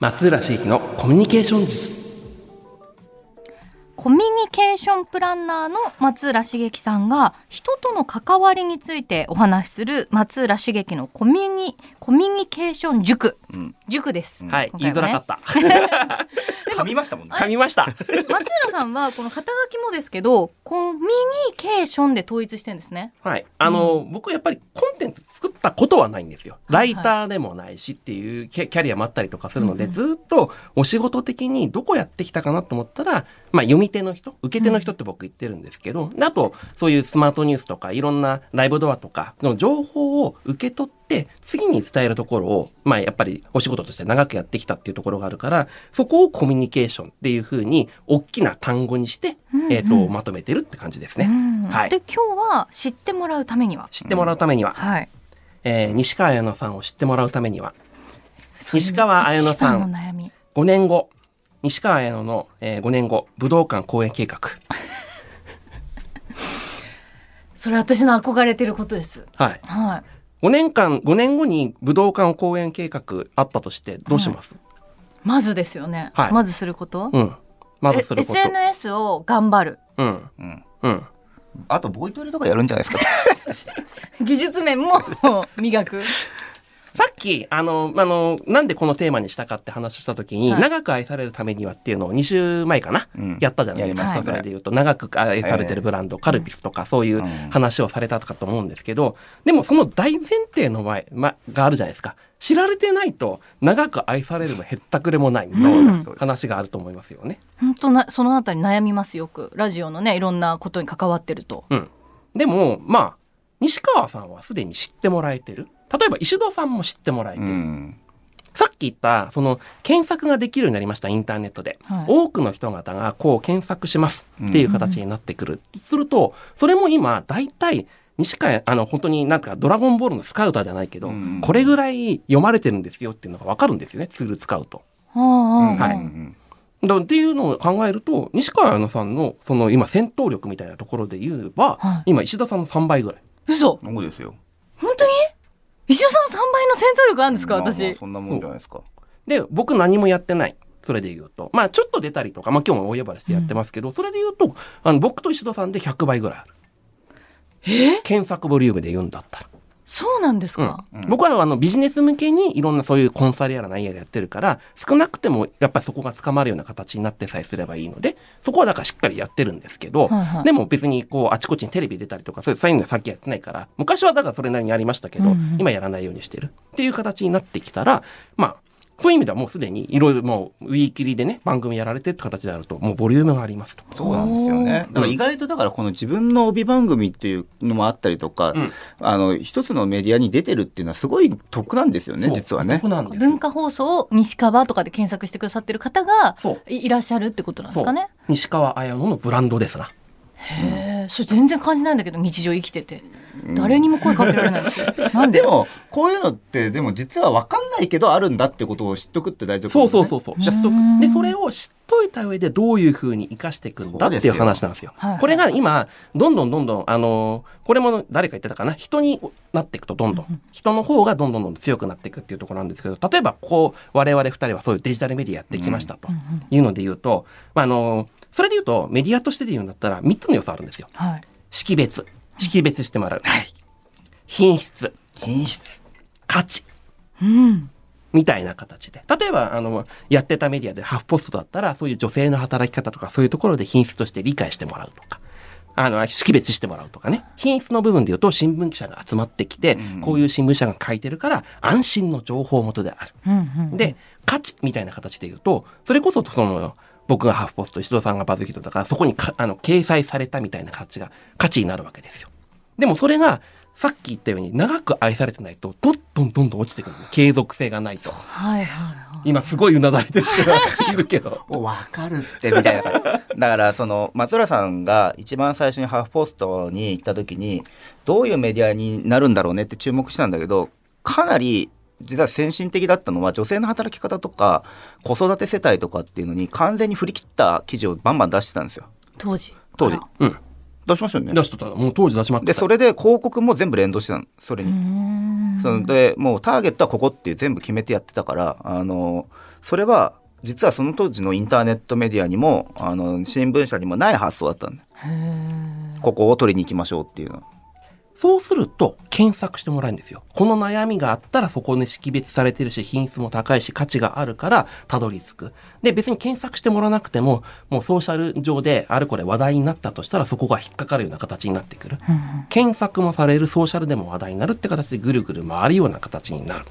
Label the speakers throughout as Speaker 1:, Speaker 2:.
Speaker 1: 松浦市のコミュニケーション術
Speaker 2: コミュニケーションプランナーの松浦茂樹さんが人との関わりについてお話しする松浦茂樹のコミュニコミュニケーション塾、
Speaker 3: ん
Speaker 2: 塾です、
Speaker 3: うん
Speaker 1: はい、
Speaker 2: 今
Speaker 1: 言
Speaker 2: 回
Speaker 1: い
Speaker 2: は
Speaker 1: づ
Speaker 2: ね
Speaker 1: らかった
Speaker 3: 噛みましたもんね。
Speaker 1: 噛みました
Speaker 2: 松浦さんはこの肩書きもですけどコミュニケーションで統一してんですね
Speaker 1: はいあの、僕やっぱりコンテンツ作ったことはないんですよライターでもないしっていうキャキャリアもあったりとかするので、
Speaker 2: うんうん
Speaker 1: ずーっとお仕事的にどこやってきたかなと思ったら、まあ、読み手の人受け手の人って僕言ってるんですけど、であとそういうスマートニュースとかいろんなライブドアとかその情報を受け取って次に伝えるところを、まあ、やっぱりお仕事として長くやってきたっていうところがあるからそこをコミュニケーションっていうふうに大きな単語にして、
Speaker 2: うんうん
Speaker 1: えー、とまとめてるって感じですね。
Speaker 2: うん
Speaker 1: はい
Speaker 2: で今日は知ってもらうためには
Speaker 1: 知ってもらうためには、
Speaker 2: はい
Speaker 1: えー西川綾乃さんを知ってもらうためには西川綾乃さ
Speaker 2: 一番
Speaker 1: ん
Speaker 2: の悩み
Speaker 1: 5年後西川綾乃の、え5年後武道館公演計画
Speaker 2: それ私の憧れてることです
Speaker 1: はい
Speaker 2: はい
Speaker 1: 5年間5年後に武道館公演計画あったとしてどうします、
Speaker 2: まずですよね、
Speaker 1: はい
Speaker 2: まずすること、
Speaker 1: うんまずすること
Speaker 2: え SNS を頑張る
Speaker 1: うん
Speaker 3: うん。
Speaker 1: うん
Speaker 3: あと、ボイトレとかやるんじゃないですか。
Speaker 2: 技術面も磨く
Speaker 1: さっき、あの、あの、なんでこのテーマにしたかって話したときに、
Speaker 2: はい
Speaker 1: 長く愛されるためにはっていうのを2週前かな、
Speaker 3: うん
Speaker 1: やったじゃないです
Speaker 2: や
Speaker 1: か。
Speaker 2: りましたね
Speaker 1: それで言うと、長く愛されてるブランド、カルピスとかそういう話をされたかと思うんですけど、でもその大前提の前、ま、があるじゃないですか。知られてないと、長く愛されるもへったくれもない
Speaker 2: うん
Speaker 1: の話があると思いますよね。
Speaker 2: 本当なそのあたり悩みますよくラジオのねいろんなことに関わってると
Speaker 1: うん。でも、まあ、西川さんはすでに知ってもらえてる。例えば石戸さんも知ってもらえて
Speaker 3: う
Speaker 1: る。
Speaker 3: ん。
Speaker 1: さっき言った、その、検索ができるようになりました、インターネットで。
Speaker 2: はい
Speaker 1: 多くの人々がこう検索しますっていう形になってくる。すると、それも今、大体、西川、あの、本当になんかドラゴンボールのスカウターじゃないけど、
Speaker 3: うん
Speaker 1: これぐらい読まれてるんですよっていうのがわかるんですよね、ツール使うと。
Speaker 2: うんうんうん
Speaker 1: はい
Speaker 3: うん
Speaker 1: だっていうのを考えると、西川綾乃さんの、その今、戦闘力みたいなところで言えば、
Speaker 2: は
Speaker 1: 今、石田さんの3倍ぐらい。
Speaker 2: 嘘
Speaker 3: そうですよ。
Speaker 2: 本当に石田さんの3倍の戦闘力あるんですか
Speaker 3: まあまあ
Speaker 2: 私、
Speaker 3: そんなもんじゃないですか。
Speaker 1: で、僕何もやってない。それで言うと。まあ、ちょっと出たりとか、まあ今日も大呼ばれしてやってますけど、それで言うと、あの、僕と石戸さんで100倍ぐらいある。
Speaker 2: え
Speaker 1: 検索ボリュームで言うんだったら。
Speaker 2: そうなんですか、
Speaker 1: うん僕はあのビジネス向けにいろんなそういうコンサルやら何やらやってるから少なくてもやっぱりそこが捕まるような形になってさえすればいいのでそこはだからしっかりやってるんですけど、
Speaker 2: はいはい
Speaker 1: でも別にこうあちこちにテレビ出たりとかそういうサインがさっきやってないから昔はだからそれなりにやりましたけど、
Speaker 2: うんうん
Speaker 1: 今やらないようにしてるっていう形になってきたらまあそういう意味ではもうすでにいろいろもうウィーキリでね番組やられてって形であるともうボリュームがありますと。
Speaker 3: そうなんですよね。だから意外とだからこの自分の帯番組っていうのもあったりとか、
Speaker 1: うん
Speaker 3: あの一つのメディアに出てるっていうのはすごい得なんですよね
Speaker 1: そう
Speaker 3: 実はね
Speaker 1: そう。なんですよ
Speaker 2: 文化放送を西川とかで検索してくださってる方が
Speaker 1: そう
Speaker 2: いいらっしゃるってことなんですかね
Speaker 1: そう西川綾乃のブランドですな。
Speaker 2: へえそれ全然感じないんだけど日常生きてて誰にも声かけられないですよなんで
Speaker 3: でもこういうのってでも実は分かんないけどあるんだってことを知っとくって大丈
Speaker 1: そ
Speaker 3: 夫で
Speaker 1: う
Speaker 3: すね
Speaker 1: そうそうそう。
Speaker 2: 知っとく
Speaker 1: で、それを知っといた上でどういうふうに活かしていくんだっていう話なんですよ。
Speaker 2: はい
Speaker 1: これが今、どんどんどんどん、あのーこれも誰か言ってたかな、人になっていくとどんどん、人の方がどんどんどんどん強くなっていくっていうところなんですけど、例えばこう、我々二人はそういうデジタルメディアやってきましたというので言うと、まあ、あのーそれで言うと、メディアとしてで言うんだったら3つの要素あるんですよ。
Speaker 2: はい
Speaker 1: 識別、識別してもらう。品質、
Speaker 3: 品質。
Speaker 1: 価値。
Speaker 2: うん
Speaker 1: みたいな形で。例えば、あの、やってたメディアでハーフポストだったら、そういう女性の働き方とか、そういうところで品質として理解してもらうとか。あの、識別してもらうとかね。品質の部分で言うと、新聞記者が集まってきて、こういう新聞社が書いてるから、安心の情報元である。
Speaker 2: うんうん
Speaker 1: で、価値みたいな形で言うと、それこそ、その、僕がハーフポスト、石戸さんがバズヒットだから、そこにかあの、掲載されたみたいな価値が、価値になるわけですよ。でもそれが、さっき言ったように、長く愛されてないと、どんどんどんどん落ちてくる。継続性がないと。
Speaker 2: はいはいはい
Speaker 1: 今すごいうなだれてる人がいるけ ど。
Speaker 3: お分かるってみたいな感じだからその松浦さんが一番最初にハーフポストに行った時にどういうメディアになるんだろうねって注目したんだけどかなり実は先進的だったのは女性の働き方とか子育て世帯とかっていうのに完全に振り切った記事をバンバン出してたんですよ
Speaker 2: 当時
Speaker 3: 当時
Speaker 2: あ
Speaker 1: う
Speaker 2: ら
Speaker 1: ん。
Speaker 3: 出しましたよね
Speaker 1: 出しとった。もう当時出しまった。
Speaker 3: でそれで広告も全部連動してたのそれ
Speaker 2: うー
Speaker 3: に
Speaker 2: ん
Speaker 3: そのでもうターゲットはここっていう全部決めてやってたからあのそれは実はその当時のインターネットメディアにもあの新聞社にもない発想だったんだよここを取りに行きましょうっていうのは
Speaker 1: そうすると、検索してもらえるんですよ。この悩みがあったら、そこに識別されてるし、品質も高いし、価値があるから、たどり着く。で、別に検索してもらわなくても、もうソーシャル上で、あれこれ話題になったとしたら、そこが引っかかるような形になってくる。検索もされる、ソーシャルでも話題になるって形で、ぐるぐる回るような形になる。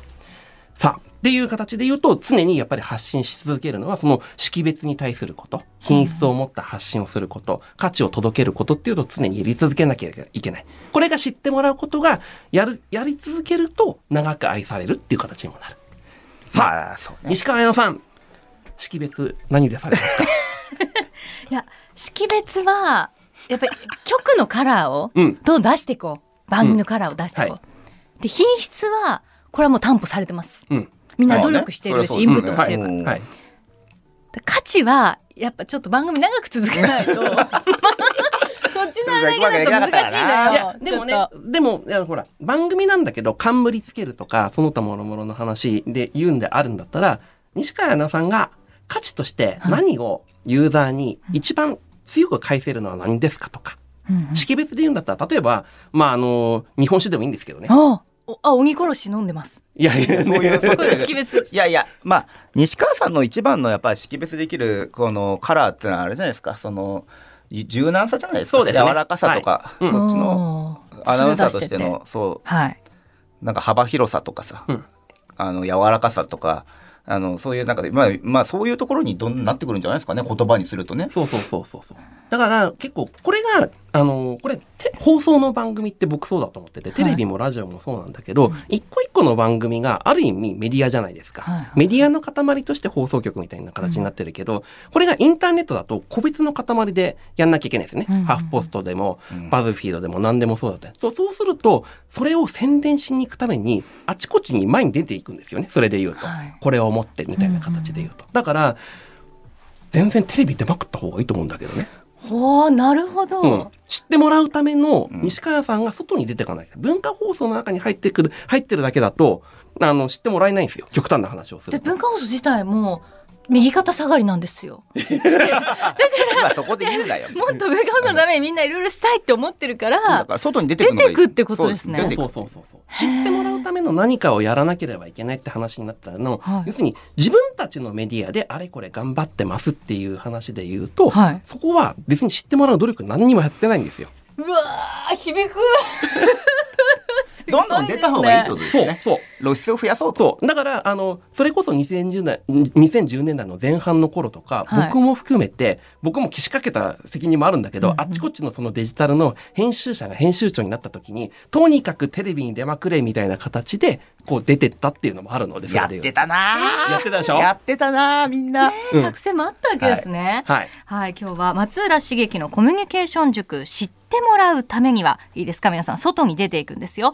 Speaker 1: さあ、っていう形で言うと、常にやっぱり発信し続けるのは、その識別に対すること、品質を持った発信をすること、価値を届けることっていうのを常にやり続けなきゃいけない。これが知ってもらうことが、やる、やり続けると長く愛されるっていう形にもなる。さあ、
Speaker 3: まあそうね
Speaker 1: 西川彩乃さん、識別何でされますか
Speaker 2: いや識別はやっぱり局のカラーを
Speaker 1: うん
Speaker 2: どう出していこう番組のカラーを出していこう、
Speaker 1: は
Speaker 2: で品質はこれはもう担保されてます
Speaker 1: うん。
Speaker 2: みんな努力してるし、
Speaker 3: まあね
Speaker 2: インプットもしてるから、
Speaker 3: うん
Speaker 1: はい。
Speaker 2: で価値はやっぱちょっと番組長く続けないと こっちならだけだと難しい
Speaker 1: い
Speaker 2: のよ
Speaker 1: や、でもね
Speaker 2: ちょっと、
Speaker 1: でも、いやほら、番組なんだけど、冠つけるとか、その他諸々の話で言うんであるんだったら、西川奈さんが価値として何をユーザーに一番強く返せるのは何ですかとか、識別で言うんだったら、例えば、まあ、あの、日本酒でもいいんですけどね。
Speaker 2: あおあ鬼殺し飲んでます
Speaker 1: いやいや、
Speaker 3: そういうそっ
Speaker 2: これ
Speaker 3: ち
Speaker 2: 識別
Speaker 3: いやいや、まあ、西川さんの一番のやっぱり識別できるこのカラーってのはあれじゃないですか、そのい柔軟さじゃないですか、
Speaker 1: そうですね
Speaker 3: 柔らかさとか、
Speaker 1: はいうん
Speaker 3: そっちの
Speaker 2: お
Speaker 3: アナウンサーとしての、そ
Speaker 2: はい、
Speaker 3: う、なんか幅広さとかさ、
Speaker 1: うん
Speaker 3: あの柔らかさとか、あのそういうなんか、まあ、まあ、そういうところにどんなってくるんじゃないですかね、言葉にすると ね。
Speaker 1: そうそうそうそうそう。だから結構これが、あのこれて放送の番組って僕そうだと思ってて、テレビもラジオもそうなんだけど、一個一個の番組がある意味メディアじゃないですか。
Speaker 2: はいはい
Speaker 1: メディアの塊として放送局みたいな形になってるけど、これがインターネットだと個別の塊でやんなきゃいけないですね。
Speaker 2: うんうん
Speaker 1: ハーフポストでも、
Speaker 3: うん
Speaker 1: バズフィードでも何でもそうだったりそうそうすると、それを宣伝しに行くために、あちこちに前に出ていくんですよね。それで言うと。
Speaker 2: はい
Speaker 1: これを持ってみたいな形で言うと。だから、全然テレビ出まくった方がいいと思うんだけどね。
Speaker 2: ほうなるほど、
Speaker 1: うん、知ってもらうための
Speaker 3: うん
Speaker 1: 西川さんが外に出てかない、文化放送の中に入ってくる入ってるだけだとあの知ってもらえないんですよ極端な話をす
Speaker 2: で
Speaker 1: ると
Speaker 2: 文化放送自体も右肩下がりなんですよ
Speaker 3: まあ、そこで言うなよ。
Speaker 2: もっと文化放送のためにみんないろいろしたいって思ってるか
Speaker 3: だ
Speaker 2: ら
Speaker 3: から外に出てくるのがいい
Speaker 2: 出てくってことですね
Speaker 3: そう出てく
Speaker 1: そうそうそうそう知ってもらうための何かをやらなければいけないって話になったの、
Speaker 2: はい
Speaker 1: 要するに自分たちのメディアであれこれ頑張ってますっていう話で言うと、
Speaker 2: はい
Speaker 1: そこは別に知ってもらう努力何にもやってないんですよ。
Speaker 2: うわー響くすごいですね
Speaker 3: どんどん出た方がいいってことです
Speaker 1: そう
Speaker 3: ね。
Speaker 1: そう
Speaker 3: 露出を増やそうと。
Speaker 1: そう。だから、あの、それこそ2010年、2010年代の前半の頃とか、
Speaker 2: はい
Speaker 1: 僕も含めて、僕もけしかけた責任もあるんだけど、
Speaker 2: うんうん
Speaker 1: あっちこっちのそのデジタルの編集者が編集長になった時に、とにかくテレビに出まくれみたいな形で、こう出てったっていうのもあるので、そ
Speaker 3: や
Speaker 1: れ
Speaker 3: っ
Speaker 1: で言う
Speaker 3: て。たなあ
Speaker 1: やってたでしょ
Speaker 3: やってたなあみんな。
Speaker 1: うん
Speaker 2: 作戦もあったわけですね。はい
Speaker 1: はい。
Speaker 2: 今日は松浦茂樹のコミュニケーション塾知ってもらうためにはいいですか皆さん外に出ていくんですよ